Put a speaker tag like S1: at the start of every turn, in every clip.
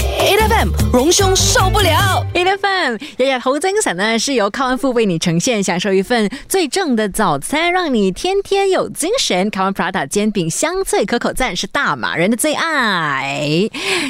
S1: FM，荣兄受不了。
S2: A F M 日日好精神呢，是由康文富为你呈现，享受一份最正的早餐，让你天天有精神。康文 Prada 煎饼香脆可口赞是大马人的最爱。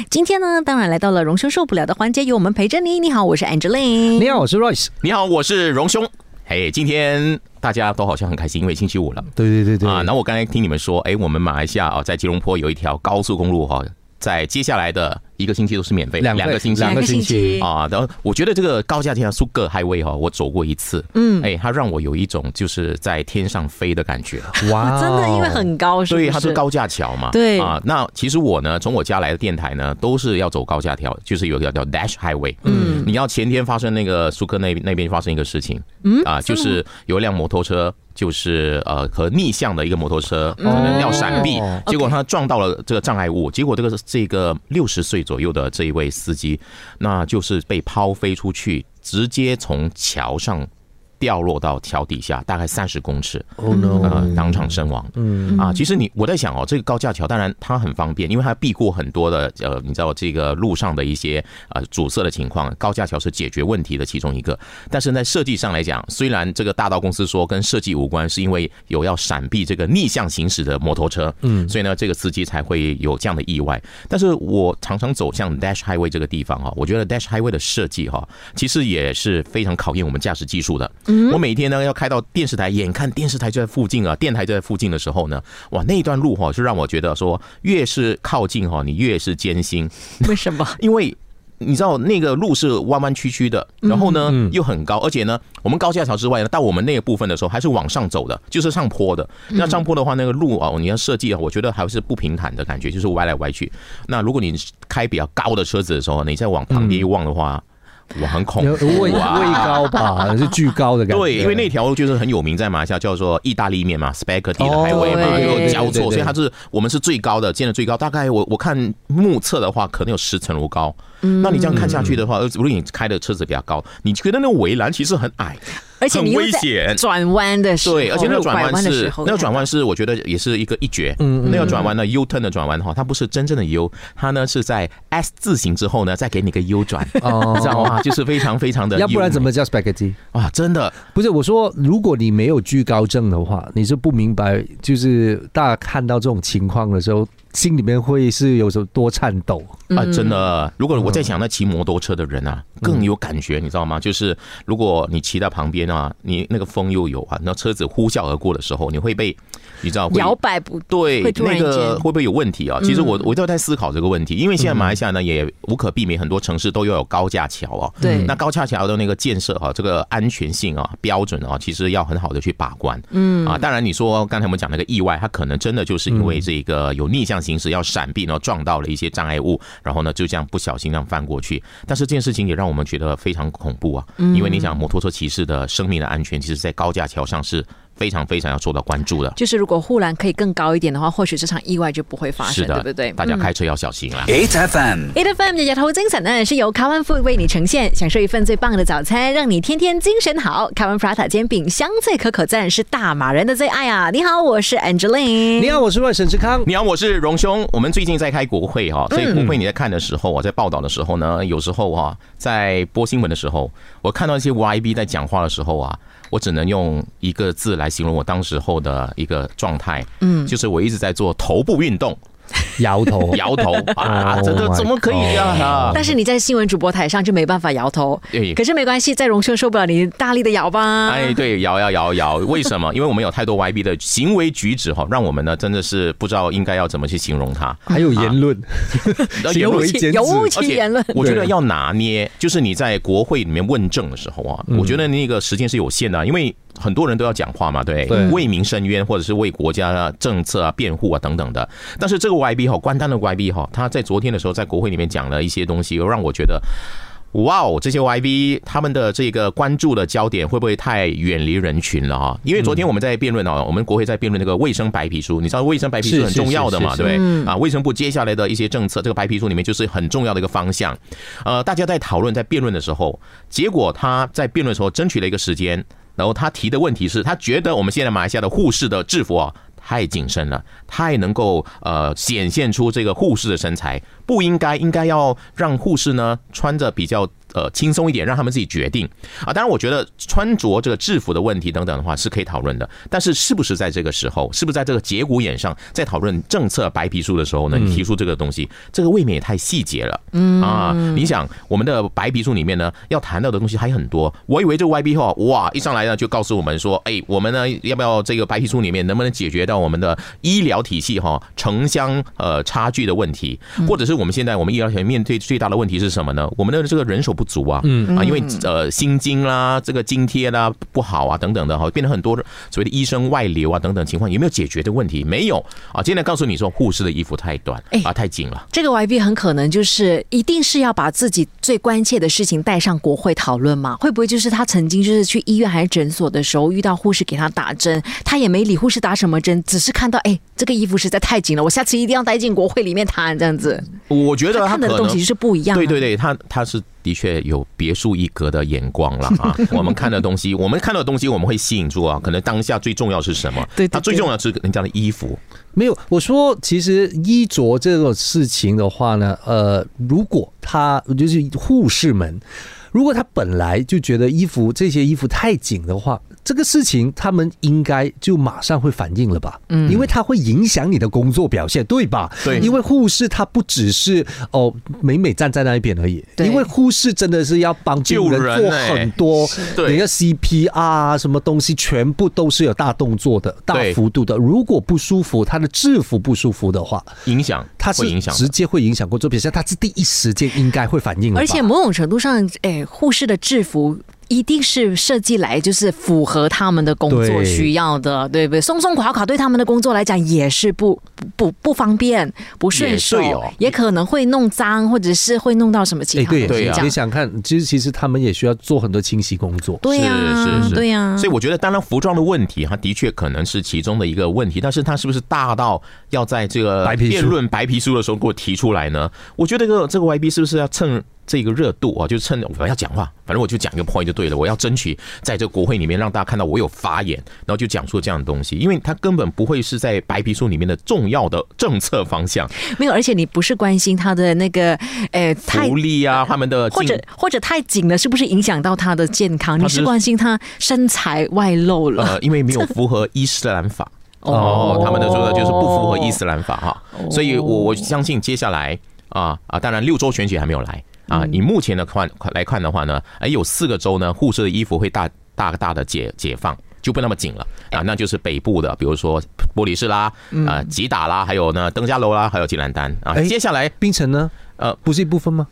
S2: 今天呢，当然来到了荣兄受不了的环节，有我们陪着你。你好，我是 Angeline。
S3: 你好，我是 Royce。
S4: 你好，我是荣兄。嘿，今天大家都好像很开心，因为星期五了
S3: 对对对对，
S4: 啊。然后我刚才听你们说，哎，我们马来西亚啊，在吉隆坡有一条高速公路哈、哦在接下来的一个星期都是免费，
S3: 两
S4: 个星期
S3: 两个星期，
S4: 啊。然后我觉得这个高架桥苏格 highway 哈、我走过一次，嗯，哎，它让我有一种就是在天上飞的感觉。
S3: 哇哦
S2: 真的因为很高，是不
S4: 所以它
S2: 是
S4: 是高架桥嘛，
S2: 对
S4: 啊。那其实我呢，从我家来的电台呢，都是要走高架桥，就是有一个叫 Dash Highway。嗯，你要前天发生那个苏克那那边发生一个事情，嗯啊，就是有一辆摩托车。就是呃和逆向的一个摩托车可能要闪避，
S3: 哦
S4: 结果他撞到了这个障碍物，结果这个这个六十岁左右的这一位司机，那就是被抛飞出去，直接从桥上掉落到桥底下，大概三十公尺。
S3: ，Oh no！
S4: 呃，当场身亡。嗯啊，其实你我在想哦，这个高架桥当然它很方便，因为它避过很多的呃，你知道这个路上的一些呃阻塞的情况，高架桥是解决问题的其中一个。但是在设计上来讲，虽然这个大道公司说跟设计无关，是因为有要闪避这个逆向行驶的摩托车，嗯，所以呢，这个司机才会有这样的意外。但是我常常走向 Dash Highway 这个地方哈、我觉得 Dash Highway 的设计哈、其实也是非常考验我们驾驶技术的。我每天呢要开到电视台，眼看电视台就在附近啊，电台就在附近的时候呢，哇，那一段路哈、就让我觉得说，越是靠近哈、你越是艰辛，
S2: 为什么？
S4: 因为。你知道那个路是弯弯曲曲的，
S3: 嗯
S4: 然后呢又很高，而且呢，我们高架桥之外呢，到我们那个部分的时候还是往上走的，就是上坡的。
S3: 嗯
S4: 那上坡的话，那个路啊，你要设计啊，我觉得还是不平坦的感觉，就是歪来歪去。那如果你开比较高的车子的时候，你再往旁边一望的话，哇，很恐
S3: 嗯有
S4: 怖
S3: 畏畏
S4: 啊！
S3: 高吧，是巨高的感觉。
S4: 对，因为那条路就是很有名，在马来西亚叫做意大利面嘛，spaghetti 的
S3: 哦
S4: 海味嘛，
S2: 对
S4: 又交
S3: 对对对
S4: 错，所以它是我们是最高的，建的最高。大概我我看目测的话，可能有十层楼高。那你这样看下去的话，如果你开的车子比较高，你觉得那个围栏其实很矮，
S2: 而且
S4: 很
S2: 你又
S4: 危
S2: 在
S4: 险
S2: 转弯的时候，
S4: 对，而且那个转
S2: 拐
S4: 弯
S2: 的时
S4: 是
S2: 候
S4: 那个转弯是，我觉得也是一个一绝。嗯，那个转弯呢，U turn 的转弯哈，它不是真正的 U，它呢是在 S 字形之后呢，再给你个 U 转，
S3: 哦
S4: 你知道吗？就是非常非常的，
S3: 要不然怎么叫 spaghetti？
S4: 啊？真的，
S3: 不是我说，如果你没有惧高症的话，你是不明白，就是大家看到这种情况的时候，心里面会是有时候多颤抖。
S4: 啊，
S2: 嗯
S4: 真的！如果我在想那骑摩托车的人啊，更有感觉，你知道吗？就是如果你骑到旁边啊，你那个风又有啊，那车子呼啸而过的时候，你会被，你知道会
S2: 摇摆不
S4: 对
S2: 会突然
S4: 那个
S2: 间嗯
S4: 会不会有问题啊？其实我我都在思考这个问题，因为现在马来西亚呢也无可避免，很多城市都要有高架桥啊。
S2: 对
S4: 那高架桥的那个建设啊，这个安全性啊标准啊，其实要很好的去把关。嗯啊，当然你说刚才我们讲那个意外，它可能真的就是因为这个有逆向行驶要闪避，然后撞到了一些障碍物，然后呢就这样不小心这样翻过去。但是这件事情也让我们觉得非常恐怖啊，
S2: 嗯
S4: 因为你想摩托车骑士的生命的安全，其实在高架桥上是非常非常要受到关注的。
S2: 就是如果护栏可以更高一点的话，或许这场意外就不会发
S4: 是
S2: 生，
S4: 的，
S2: 对不对？嗯
S4: 大家开车要小心啊啦。
S5: 8FM.
S2: A F M 日日头精神呢，是由 c a w a n Food 为你呈现，享受一份最棒的早餐，让你天天精神好。c a w a n Prata 煎饼香脆可口赞是大马人的最爱啊！你好，我是 Angeline。
S3: 你好，我是外沈志康。
S4: 你好，我是荣兄。我们最近在开国会
S3: 嗯
S4: 哈、所以国会你在看的时候，啊我在报道的时候呢，有时候哈、在播新闻的时候，我看到一些 YB 在讲话的时候啊，我只能用一个字来形容我当时候的一个状态，嗯，就是我一直在做头部 运动，
S3: 摇头，
S4: 摇头啊，
S3: Oh
S4: 真的
S3: my
S4: 怎么可以
S3: Oh
S4: 啊？
S2: 但是你在新闻主播台上就没办法摇头，
S4: 对
S2: 可是没关系，在荣兄受不了你大力的摇吧。
S4: 哎，对，摇摇摇摇，为什么？因为我们有太多 YB 的行为举止哈，让我们呢真的是不知道应该要怎么去形容它。
S3: 还有言论，
S4: 而且
S3: 行为减脂
S2: 尤
S4: 而
S2: 其
S4: 且
S2: 言论，
S4: 我觉得要拿捏，就是你在国会里面问政的时候啊，我觉得那个时间是有限的啊，因为很多人都要讲话嘛，对
S3: 对，
S4: 为民申冤或者是为国家啊政策啊辩护啊等等的。但是这个 YB 哈，关丹的 YB 哈，他在昨天的时候在国会里面讲了一些东西，又让我觉得。哇哦，这些 YB 他们的这个关注的焦点会不会太远离人群了啊？因为昨天我们在辩论啊，
S3: 嗯
S4: 我们国会在辩论那个卫生白皮书，你知道卫生白皮
S3: 是
S4: 书很
S3: 是
S4: 重要的
S3: 是
S4: 嘛，
S3: 是
S4: 对不对？啊，卫生部接下来的一些政策，这个白皮书里面就是很重要的一个方向。呃，大家在讨论在辩论的时候，结果他在辩论的时候争取了一个时间，然后他提的问题是，他觉得我们现在马来西亚的护士的制服啊。太紧身了，太能够呃显现出这个护士的身材，不应该应该要让护士呢穿着比较呃轻松一点，让他们自己决定啊。当然，我觉得穿着这个制服的问题等等的话是可以讨论的，但是是不是在这个时候，是不是在这个节骨眼上，在讨论政策白皮书的时候呢？你提出这个东西，这个未免也太细节了。嗯啊，你想我们的白皮书里面呢，要谈到的东西还很多。我以为这个 YB 后，哇，一上来呢就告诉我们说，哎，我们呢要不要这个白皮书里面能不能解决到我们的医疗体系哈、城乡呃差距的问题，
S2: 嗯
S4: 或者是我们现在我们医疗体系面对最大的问题是什么呢？我们的这个人手不足啊，嗯啊，因为呃薪金啦、这个津贴啦不好啊等等的哈，变成很多所谓的医生外流啊等等情况，有没有解决的问题？没有啊，今天告诉你说护士的衣服太短
S2: 哎
S4: 啊，太紧了。
S2: 这个 YB 很可能就是一定是要把自己最关切的事情带上国会讨论嘛？会不会就是他曾经就是去医院还是诊所的时候遇到护士给他打针，他也没理护士打什么针，只是看到哎这个衣服实在太紧了，我下次一定要带进国会里面谈这样子。
S4: 我觉
S2: 他
S4: 得他
S2: 看
S4: 可
S2: 的
S4: 能
S2: 东西是不一样啊的。
S4: 对对对，他他是的确有别树一格的眼光了 啊！我们看的东西，我们看到的东西，我们会吸引住啊。可能当下最重要是什么？
S2: 对对对
S4: 他最重要是人家的衣服。
S3: 没有，我说其实衣着这个事情的话呢，呃，如果他就是护士们，如果他本来就觉得衣服这些衣服太紧的话，这个事情他们应该就马上会反应了吧？嗯，因为它会影响你的工作表现，对吧？
S4: 对
S3: 因为护士他不只是哦美美站在那一边而已，
S2: 对
S3: 因为护士真的是要帮助
S4: 救人
S3: 人做
S4: 欸
S3: 很多，
S4: 对
S3: 你看 CPR 啊什么东西，全部都是有大动作的、大
S4: 对
S3: 幅幅度的。如果不舒服，他的制服不舒服的话，
S4: 影响，
S3: 他
S4: 会
S3: 是
S4: 影响的
S3: 直接会影响工作表现，他是第一时间应该会反应的吧。
S2: 而且某种程度上，哎，护士的制服。一定是设计来就是符合他们的工作
S3: 对
S2: 需要的，对不对？松松垮垮对他们的工作来讲也是不不不方便、不顺手，
S4: 也对哦
S2: 也可能会弄脏，或者是会弄到什么其
S3: 哎，
S2: 他的影响。
S3: 对
S4: 对
S3: 你
S4: 啊
S3: 你想看，其实其实他们也需要做很多清洗工作。
S2: 对呀、
S4: 是是是
S2: 对呀、
S4: 所以我觉得，当然服装的问题，它的确可能是其中的一个问题，但是它是不是大到要在这个
S3: 白皮书
S4: 辩论白皮书的时候给我提出来呢？我觉得这个这个 YB 是不是要趁这个热度啊，就趁我要讲话，反正我就讲一个 point 就对了，我要争取在这个国会里面让大家看到我有发言，然后就讲出这样的东西，因为它根本不会是在白皮书里面的重要的政策方向，
S2: 没有，而且你不是关心他的那个，哎，太
S4: 福利啊，他们的
S2: 或者
S4: 进
S2: 或者太紧了，是不是影响到他的健康？你
S4: 他只
S2: 是
S4: 是
S2: 关心他身材外露了。
S4: 呃，因为没有符合伊斯兰法。哦，他们的说的就是不符合伊斯兰法哈，所以我我相信接下来啊啊，当然六州选举还没有来啊，以目前的看来看的话呢，哎，有四个州呢，护士的衣服会大大大的解解放。就不那么紧了啊，那就是北部的，比如说玻璃市啦、啊吉打啦，还有呢登嘉楼啦，还有吉兰丹啊。
S3: 哎
S4: 接下来
S3: 冰城呢？
S4: 呃，
S3: 不是一部分吗？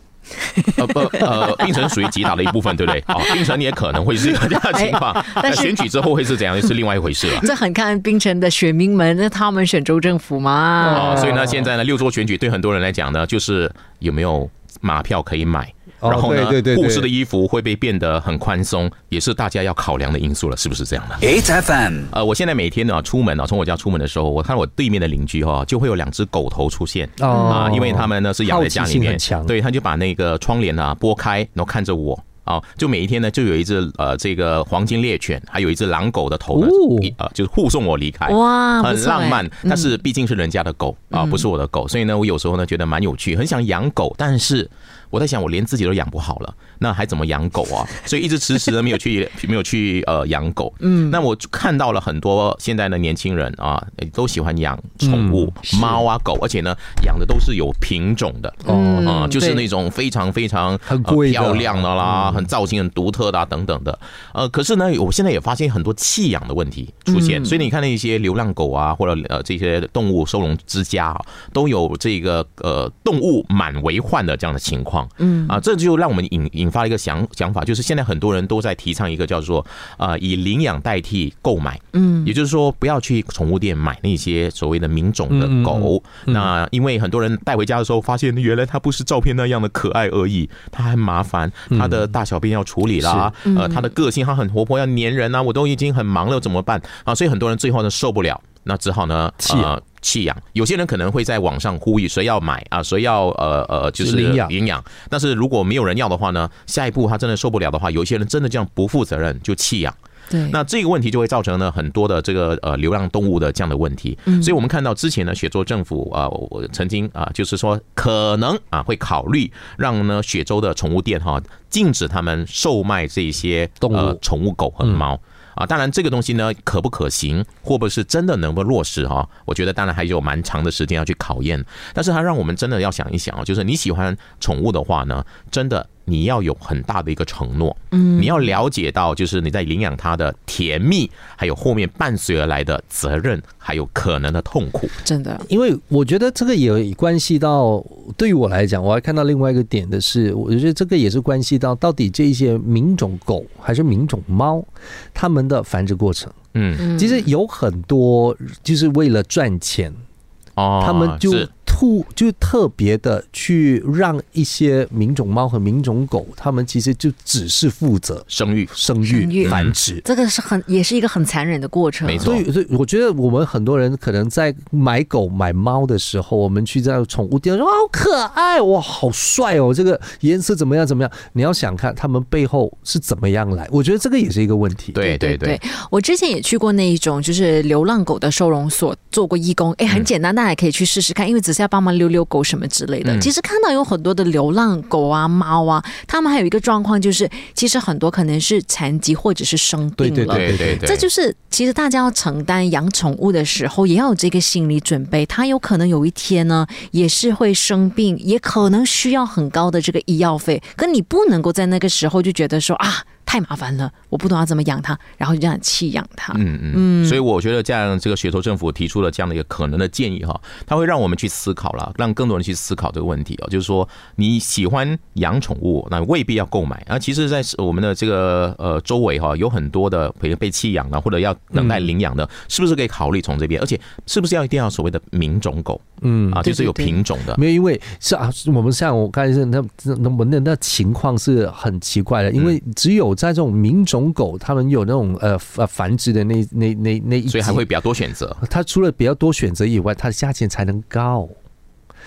S4: 呃不呃，冰城属于吉打的一部分，对不对？好，冰城也可能会是这样的情况，
S2: 但是
S4: 选举之后会是怎样，是另外一回事了。
S2: 这很看槟城的选民们，那他们选州政府嘛。
S4: 啊，所以呢，现在呢，六州选举对很多人来讲呢，就是有没有马票可以买。
S3: 哦
S4: 然后呢，
S3: 对对对对
S4: 护士的衣服会被变得很宽松，也是大家要考量的因素了，是不是这样的？
S5: 8FM,
S4: 呃，我现在每天呢出门啊，从我家出门的时候，我看我对面的邻居哈、哦，就会有两只狗头出现
S3: 哦
S4: 啊，因为他们呢是养在家
S3: 好奇
S4: 里
S3: 心
S4: 面
S3: 很，强
S4: 对，他就把那个窗帘啊拨开，然后看着我。啊，就每一天呢，就有一只呃，这个黄金猎犬，还有一只狼狗的头呢
S3: 哦，
S4: 一呃，就是护送我离开。
S2: 哇，不
S4: 很
S2: 错嗯
S4: 浪漫
S2: 哎，
S4: 但是毕竟是人家的狗啊，不是我的狗，所以呢，我有时候呢觉得蛮有趣，很想养狗，但是我在想，我连自己都养不好了，那还怎么养狗 啊？所以一直迟迟的没有去，没有去呃养狗。嗯，那我看到了很多现在的年轻人啊，诶都喜欢养宠物，
S2: 嗯
S4: 猫啊狗，而且呢养的都是有品种的哦、啊就是
S2: 嗯对
S4: 那种非常非常
S3: 很
S4: 呃
S3: 贵的
S4: 漂亮的啦，很造型很独特的、啊、等等的。呃，可是呢，我现在也发现很多弃养的问题出现，所以你看那些流浪狗啊，或者呃这些动物收容之家啊，都有这个呃动物满为患的这样的情况。嗯啊，这就让我们引引发了一个想想法，就是现在很多人都在提倡一个叫做呃以领养代替购买，嗯，也就是说不要去宠物店买那些所谓的名种的
S3: 嗯
S4: 狗，那因为很多人带回家的时候发现，原来它不是照片那样的可爱而已，它还麻烦，它的大小便要处理啦，
S3: 嗯
S4: 呃，它的个性它很活泼，要粘人啊，我都已经很忙了，怎么办啊？所以很多人最后呢受不了，那只好呢
S3: 弃养
S4: 呃弃养。有些人可能会在网上呼吁谁要买啊，谁要呃呃就是
S3: 是领养
S4: 领养。但是如果没有人要的话呢，下一步他真的受不了的话，有一些人真的这样不负责任就弃养。
S2: 对，
S4: 那这个问题就会造成呢很多的这个呃流浪动物的这样的问题。所以我们看到之前呢，雪州政府啊、我我曾经啊、就是说可能啊会考虑让呢雪州的宠物店哈、禁止他们售卖这些
S3: 动物嗯
S4: 呃宠物狗和猫。啊，当然这个东西呢，可不可行，或不是真的能够落实哈、我觉得当然还有蛮长的时间要去考验。但是它让我们真的要想一想啊，就是你喜欢宠物的话呢，真的你要有很大的一个承诺，嗯，你要了解到就是你在领养它的甜蜜，还有后面伴随而来的责任，还有可能的痛苦。
S2: 真的，
S3: 因为我觉得这个也关系到，对于我来讲，我还看到另外一个点的是，我觉得这个也是关系到到底这一些品种狗还是品种猫，它们的繁殖过程。
S4: 嗯，
S3: 其实有很多就是为了赚钱，
S4: 哦，
S3: 他们就是突就特别的去让一些品种猫和品种狗，它们其实就只是负责
S4: 生育，
S3: 生
S2: 生育
S3: 育、繁殖。
S2: 这个是很也是一个很残忍的过程，
S4: 嗯没错
S3: 所以，所以我觉得我们很多人可能在买狗、买猫的时候，我们去在宠物店说啊好可爱，哇，好帅哦，这个颜色怎么样怎么样？你要想看他们背后是怎么样来，我觉得这个也是一个问题。
S4: 对对对
S2: 对，我之前也去过那一种就是流浪狗的收容所做过义工，
S4: 嗯
S2: 哎，很简单，大家也可以去试试看，因为只是要帮忙溜溜狗什么之类的。
S4: 嗯
S2: 其实看到有很多的流浪狗啊、猫啊，它们还有一个状况就是，其实很多可能是残疾或者是生病
S3: 对
S2: 了。
S3: 对对
S4: 对对对，
S2: 这就是其实大家要承担养宠物的时候，也要有这个心理准备，它有可能有一天呢，也是会生病，也可能需要很高的这个医药费。可你不能够在那个时候就觉得说啊，太麻烦了，我不懂要怎么养它，然后就这样弃养它。
S4: 嗯嗯，所以我觉得这样这个雪州政府提出了这样的一个可能的建议哈，它会让我们去思考了，让更多人去思考这个问题哦，就是说你喜欢养宠物，那未必要购买啊。其实，在我们的这个呃周围哈，有很多的比如被弃养了或者要等待领养的，是不是可以考虑从这边？而且是不是要一定要所谓的名种狗？嗯啊，就是有
S2: 对对对
S4: 品种的。
S3: 没有，因为是啊，我们像我刚才是那那那我们的那情况是很奇怪的，因为只有在这种民种狗，它们有那种呃呃繁殖的那那那那一集，
S4: 所以还会比较多选择，
S3: 它除了比较多选择以外，它的价钱才能高，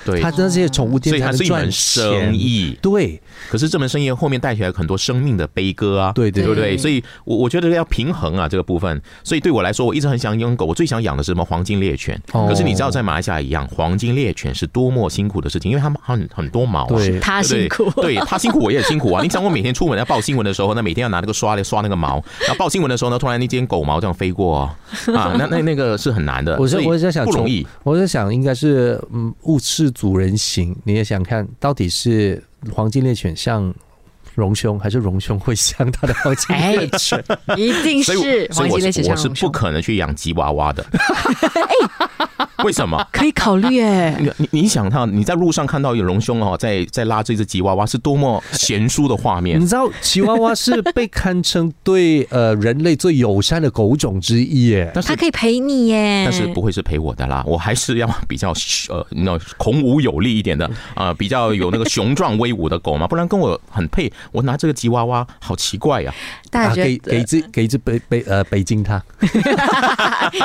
S4: 对，
S3: 它那些宠物
S4: 所
S3: 店
S4: 以它
S3: 才能
S4: 是一
S3: 赚
S4: 门
S3: 钱
S4: 生。意，
S3: 对
S4: 可是这门生意后面带起来很多生命的悲歌啊，
S3: 对对嗯
S4: 对不对？
S2: 对
S4: 所以我我觉得要平衡啊这个部分。所以对我来说，我一直很想养狗，我最想养的是什么黄金猎犬。
S3: 哦
S4: 可是你知道，在马来西亚养黄金猎犬是多么辛苦的事情，因为它们很很多毛啊。
S3: 对，
S2: 它辛苦，
S4: 对不对，对他辛苦，我也辛苦啊！你想，我每天出门要报新闻的时候，那每天要拿那个刷来刷那个毛，然后报新闻的时候呢，突然那间狗毛这样飞过啊， 啊那那那个是很难的，
S3: 我是
S4: 所以
S3: 我在想
S4: 不容
S3: 从
S4: 易。
S3: 我在想应该是嗯物是主人行，你也想看到底是黄金猎犬像荣兄，还是荣兄会像他的黄金
S2: 哎
S3: 猎犬？
S2: 一定
S4: 所以我，
S2: 是
S4: 所
S2: 黄金
S4: 以我
S2: 猎犬
S4: 是
S2: 像
S4: 我是
S2: 龙
S4: 不
S2: 熊，
S4: 可能去养吉 娃娃的。为什么？
S2: 可以考虑哎。
S4: 你你你想看，你在路上看到有隆胸哦，在在拉着一只吉娃娃，是多么贤淑的画面
S3: 你。知道吉娃娃是被堪称对呃人类最友善的狗种之一耶。
S4: 但是
S2: 它可以陪你耶，
S4: 但是不会是陪我的啦，我还是要比较呃那孔武有力一点的，呃比较有那个雄壮威武的狗嘛，不然跟我很配。我拿这个吉娃娃好奇怪呀、
S2: 大家觉
S3: 啊给
S2: 得、
S3: 给一只给一只北北呃北京它，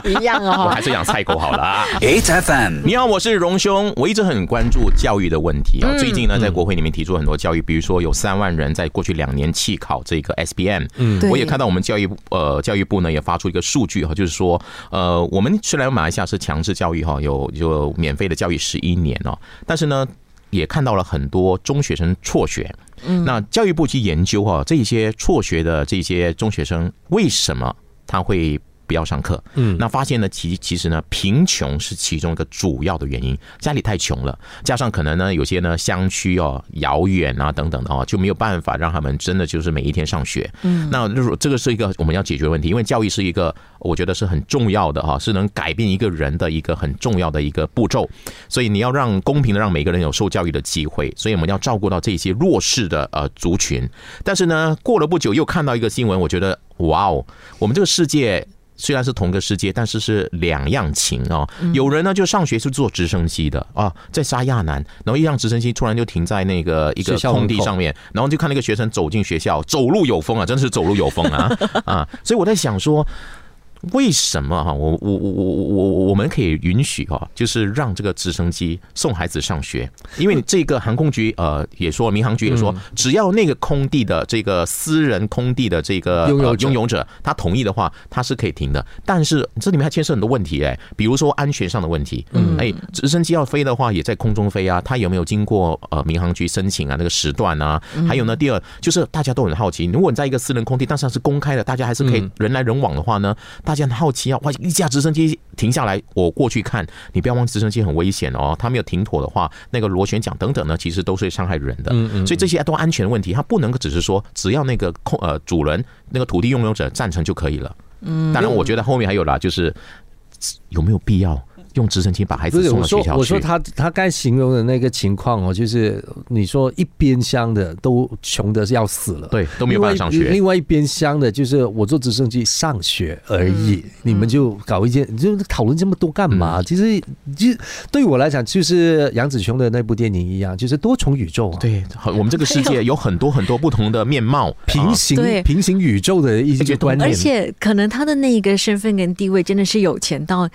S2: 一样
S4: 我
S2: 哦
S4: 还。是养菜狗好了啊。
S5: 8FM.
S4: 你好，我是荣兄。我一直很关注教育的问题啊。最近呢，在国会里面提出很多教育，比如说有三万人在过去两年弃考这个 SBM。嗯
S2: 对
S4: 我也看到我们教育部呃教育部呢也发出一个数据哈，就是说呃我们虽然马来西亚是强制教育哈，有有免费的教育十一年哦，但是呢也看到了很多中学生辍学。那教育部去研究哈、这些辍学的这些中学生为什么他会不要上课？嗯，那发现呢，其其实呢，贫穷是其中一个主要的原因，家里太穷了，加上可能呢，有些呢乡区哦遥远啊等等的哦，就没有办法让他们真的就是每一天上学。嗯，那如果这个是一个我们要解决的问题，因为教育是一个我觉得是很重要的哈、是能改变一个人的一个很重要的一个步骤。所以你要让公平的让每个人有受教育的机会，所以我们要照顾到这些弱势的呃族群。但是呢，过了不久又看到一个新闻，我觉得哇哦，我们这个世界。虽然是同个世界，但是是两样情哦。有人呢就上学是坐直升机的啊，在沙亚南，然后一辆直升机突然就停在那个一个
S3: 学校门
S4: 空地
S3: 口
S4: 上面，然后就看那个 学生走进学校，走路有风啊，真的是走路有风啊啊！所以我在想说，为什么哈？我我我我我我们可以允许哈，就是让这个直升机送孩子上学，因为这个航空局呃也说，民航局也
S3: 嗯
S4: 说，只要那个空地的这个私人空地的这个
S3: 拥有
S4: 呃
S3: 者
S4: 拥有者他同意的话，他是可以停的。但是这里面还牵涉很多问题哎、比如说安全上的问题，嗯，哎，直升机要飞的话也在空中飞啊，它有没有经过呃民航局申请啊那个时段啊？
S3: 嗯
S4: 还有呢，第二就是大家都很好奇，如果你在一个私人空地，但是它是公开的，大家还是
S3: 嗯
S4: 可以人来人往的话呢，大家很好奇啊，哇，一架直升机停下来，我过去看，你不要忘记直升机很危险哦，它没有停妥的话，那个螺旋桨等等呢，其实都是会伤害人的。
S3: 嗯嗯
S4: 所以这些都安全问题，它不能够只是说只要那个空呃主人那个土地拥有者赞成就可以了。嗯，当然我觉得后面还有啦，就是有没有必要用直升机把孩
S3: 不
S4: 子
S3: 是
S4: 送
S3: 我
S4: 到学
S3: 说
S4: 校去？
S3: 我说他他该形容的那个情况哦，就是你说一边厢的都穷的要死了，
S4: 对都没有办法上
S3: 另外一
S4: 学。
S3: 另外一边厢的就是我坐直升机上学而已，
S2: 嗯
S3: 你们就搞一件，你就讨论这么多干嘛？
S4: 嗯
S3: 其实，其实对我来讲，就是杨紫琼的那部电影一样，就是多重宇宙啊，，
S4: 对，好我们这 个世界有很多很多不同的面貌，
S3: 平
S4: 啊
S3: 行、
S2: 对
S3: 平行宇宙的一
S4: 而且
S3: 些观念。
S2: 而且可能他的那一个身份跟地位真的是有钱到，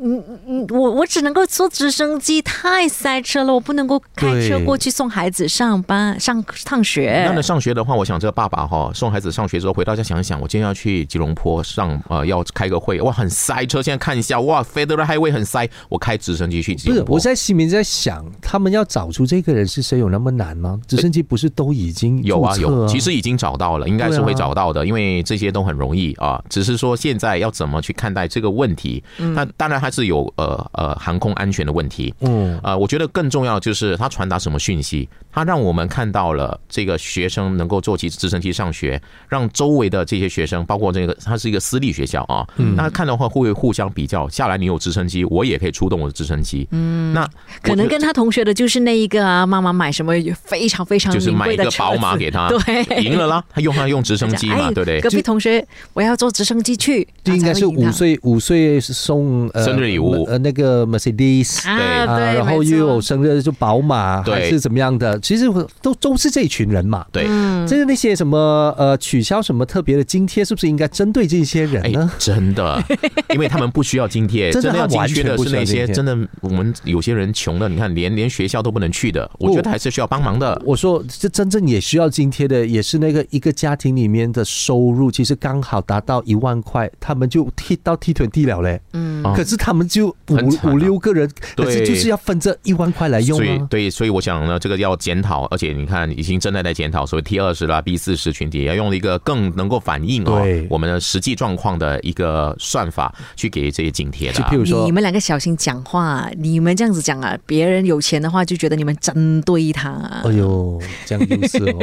S2: 嗯嗯嗯，我我只能够坐直升机，太塞车了，我不能够开车
S3: 对
S2: 过去送孩子上班上上
S4: 那么
S2: 学。
S4: 上学的话，我想这个爸爸哈、送孩子上学之后回到家想一想，我今天要去吉隆坡上呃要开个会，哇很塞车，现在看一下哇 Federal Highway 很塞，我开直升机去吉
S3: 不是
S4: 隆，坡。
S3: 我在心里面在想，他们要找出这个人是谁有那么难吗？直升机不是都已经
S4: 有啊
S3: 注册
S4: 有，其实已经找到了，应该是
S3: 对啊
S4: 会找到的，因为这些都很容易啊，只是说现在要怎么去看待这个问题。那当然还是有呃呃航空安全的问题。
S3: 嗯，
S4: 呃，我觉得更重要就是它传达什么讯息，它让我们看到了这个学生能够坐起直升机上学，让周围的这些学生，包括这个它是一个私立学校啊，
S3: 嗯
S4: 那看的话会不会互相比较？下来你有直升机，我也可以出动我的直升机，嗯，那
S2: 可能跟他同学的就是那一个啊，妈妈买什么非常非常
S4: 就是
S2: 名
S4: 买
S2: 贵
S4: 一
S2: 的
S4: 个
S2: 车
S4: 宝马
S2: 子
S4: 给他，
S2: 对，
S4: 赢了啦，他用他用直升机嘛，
S2: 哎
S4: 对不对？
S2: 隔壁同学，我要坐直升机去，
S3: 这应该是
S2: 他才会赢
S3: 五
S2: 他
S3: 岁五岁送呃
S4: 生日礼物
S3: 呃那个 Mercedes
S2: 啊，
S3: 啊，
S2: 对，
S3: 然
S2: 没
S3: 后又
S2: 错
S3: 有生日就宝马
S4: 对
S3: 还是怎么样的，其实都都是这一群人嘛。
S4: 对，
S2: 嗯
S3: 就是那些什么呃取消什么特别的津贴，是不是应该针对这些人
S4: 哎
S3: 呢？，
S4: 真的，因为他们不需要津贴，
S3: 真
S4: 真
S3: 的
S4: 的要
S3: 他
S4: 津
S3: 完
S4: 贴
S3: 全
S4: 的
S3: 不
S4: 是
S3: 需要
S4: 那些
S3: 津贴
S4: 真的，我们有些人穷的，你看连连学校都不能去的，
S3: 哦
S4: 我觉得还是需要帮忙的。
S3: 我说这真正也需要津贴的，也是那个一个家庭里面的收入，其实刚好达到一万块，他们就踢到踢腿地了嘞。
S2: 嗯
S4: 哦
S3: 可是他们就五
S4: 很惨啊
S3: 五六个人，
S4: 对
S3: 可是就是要分这一万块来用
S4: 所以
S3: 啊。
S4: 对，所以我想呢，这个要检讨，而且你看，已经正在在检讨，所谓 T 二十啦、B 四十群体，要用一个更能够反映哦
S3: 对
S4: 我们的实际状况的一个算法去给这些津贴的
S3: 就
S4: 啊
S3: 譬。如说
S2: 你，们两个小心讲话，你们这样子讲啊，别人有钱的话就觉得你们针对他。
S3: 哎呦，这样就是哦，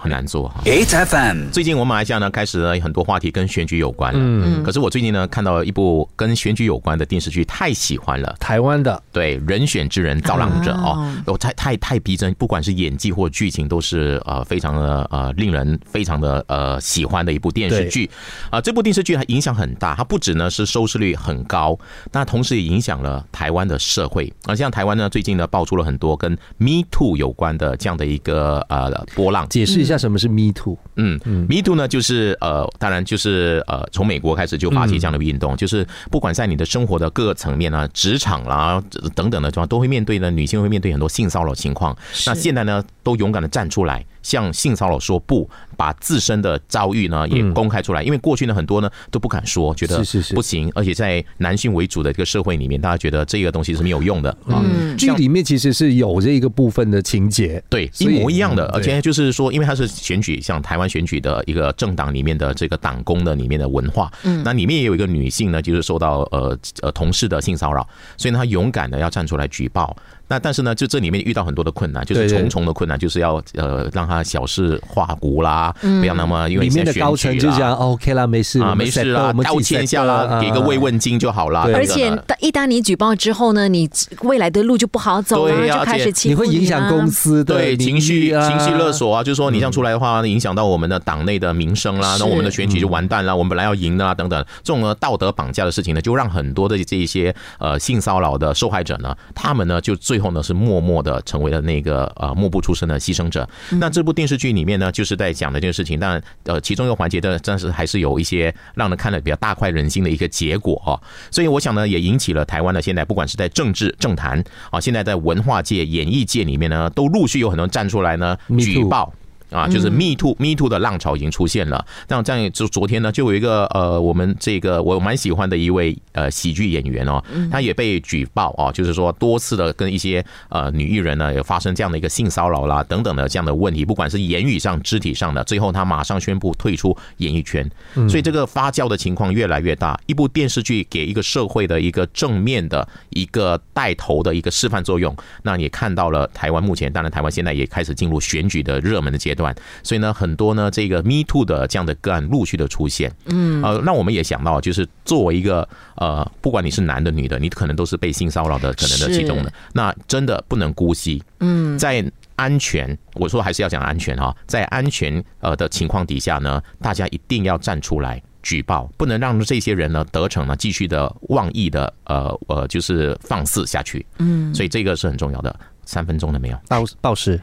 S4: 很难做哈。
S5: 8 FM,
S4: 最近我们马来西亚呢开始呢很多话题跟选举有关了， 嗯，可是我最近呢看到一部跟选举有关的电视剧，太喜欢了。
S3: 台湾的
S4: 对，人选之人造浪者哦
S2: 啊，
S4: 我太太太逼真，不管是演技或剧情，都是呃非常的呃令人非常的呃喜欢的一部电视剧啊、这部电视剧还影响很大，它不止呢是收视率很高，那同时也影响了台湾的社会啊。像台湾呢最近呢爆出了很多跟 Me Too 有关的这样的一个呃波浪，
S3: 解释一下什么是 Me Too。
S4: 嗯，Me Too 呢，就是呃，当然就是呃，从美国开始就发起这样的运
S3: 嗯
S4: 动，就是不管在你的生活的各个层面啊，职场啦呃等等的地方，都会面对呢，女性会面对很多性骚扰情况。那现在呢，都勇敢的站出来，向性骚扰说不，把自身的遭遇呢也公开出来，因为过去呢很多呢都不敢说，觉得
S3: 嗯是是是
S4: 不行，而且在男性为主的这个社会里面，大家觉得这个东西是没有用的啊。
S3: 嗯
S2: 嗯
S3: 剧里面其实是有这一个部分的情节，
S4: 对，一
S3: 所以
S4: 模一样的，
S3: 嗯
S4: 而且就是说，因为它是选举，像台湾选举的一个政党里面的这个党工的里面的文化，嗯，那里面也有一个女性呢，就是受到呃呃同事的性骚扰，所以呢，她勇敢的要站出来举报。那但是呢，就这里面遇到很多的困难，就
S3: 对
S4: 是
S3: 对
S4: 重重的困难，就是要呃让她小事化无啦，
S2: 嗯
S4: 不要那么因
S3: 里
S4: 为
S3: 面
S4: 现在
S3: 的
S4: 选
S3: 高层
S4: 举
S3: 就
S4: 啦
S3: 这样、哦 OK 啦，没事
S4: 啊，没事啦，道歉一下啦，给个慰。
S3: 我们 settle，我们自己 settle，啊
S4: 问金就好啦。
S3: 对
S4: 等
S2: 而
S4: 等
S2: 且
S4: 的，
S2: 一旦你举报之后呢，你未来的路就不好走了，
S4: 对呀
S2: 就开始欺
S3: 你
S2: 负啊
S3: 会影响
S2: 啦
S3: 公司的
S4: 对
S3: 名
S4: 情绪
S3: 誉啊
S4: 情绪勒。索啊，就是说你这样出来的话，影响到我们的党内的名声啦，
S2: 是
S4: 那我们的选举就完蛋
S3: 嗯
S4: 啦，我们本来要赢的啊，等等，这种呢啊道德绑架的事情呢，就让很多的这一些呃性骚扰的受害者呢，他们呢就最最后呢是默默的成为了那个呃默不出声的牺牲者。
S3: 嗯
S4: 那这部电视剧里面呢，就是在讲的这个事情，当然呃其中一个环节的，但是还是有一些让人看了比较大快人心的一个结果哦。所以我想呢，也引起了台湾的现在不管是在政治政坛啊，现在在文化界、演艺界里面呢，都陆续有很多人站出来呢
S3: Me
S4: 举
S3: too 嗯
S4: 报。啊，就是 Me Too、Me Too 的浪潮已经出现了。那这样就昨天呢，就有一个呃，我们这个我蛮喜欢的一位呃喜剧演员哦，
S3: 嗯
S4: 他也被举报哦，就是说多次的跟一些呃女艺人呢有发生这样的一个性骚扰啦等等的这样的问题，不管是言语上、肢体上的，最后他马上宣布退出演艺圈。所以这个发酵的情况越来越大。一部电视剧给一个社会的一个正面的一个带头的一个示范作用，那也看到了台湾目前，当然台湾现在也开始进入选举的热门的阶段，所以呢，很多呢这个 Me Too 的这样的个案陆续的出现。嗯，呃，那我们也想到，就是作为一个呃，不管你是男的女的，你可能都是被性骚扰的可能的其中的
S2: 是，
S4: 那真的不能姑息。嗯，在安全，我说还是要讲安全哈、在安全呃的情况底下呢，大家一定要站出来。举报不能让这些人呢得逞呢，继续的妄议的呃呃，就是放肆下去。嗯，所以这个是很重要的。三分钟了没有？
S3: 报报时，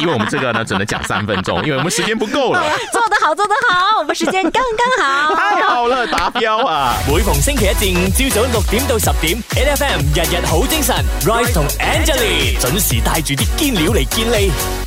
S4: 因为我们这个呢只能讲三分钟，因为我们时间不够 了。
S2: 做得好，做得好，我们时间刚刚好。
S4: 太好了，达标啊！
S5: 每逢星期一至五朝早六点到十點，N F M 日日好精神，Rise 同 Angelie 準時帶住啲堅料嚟健利。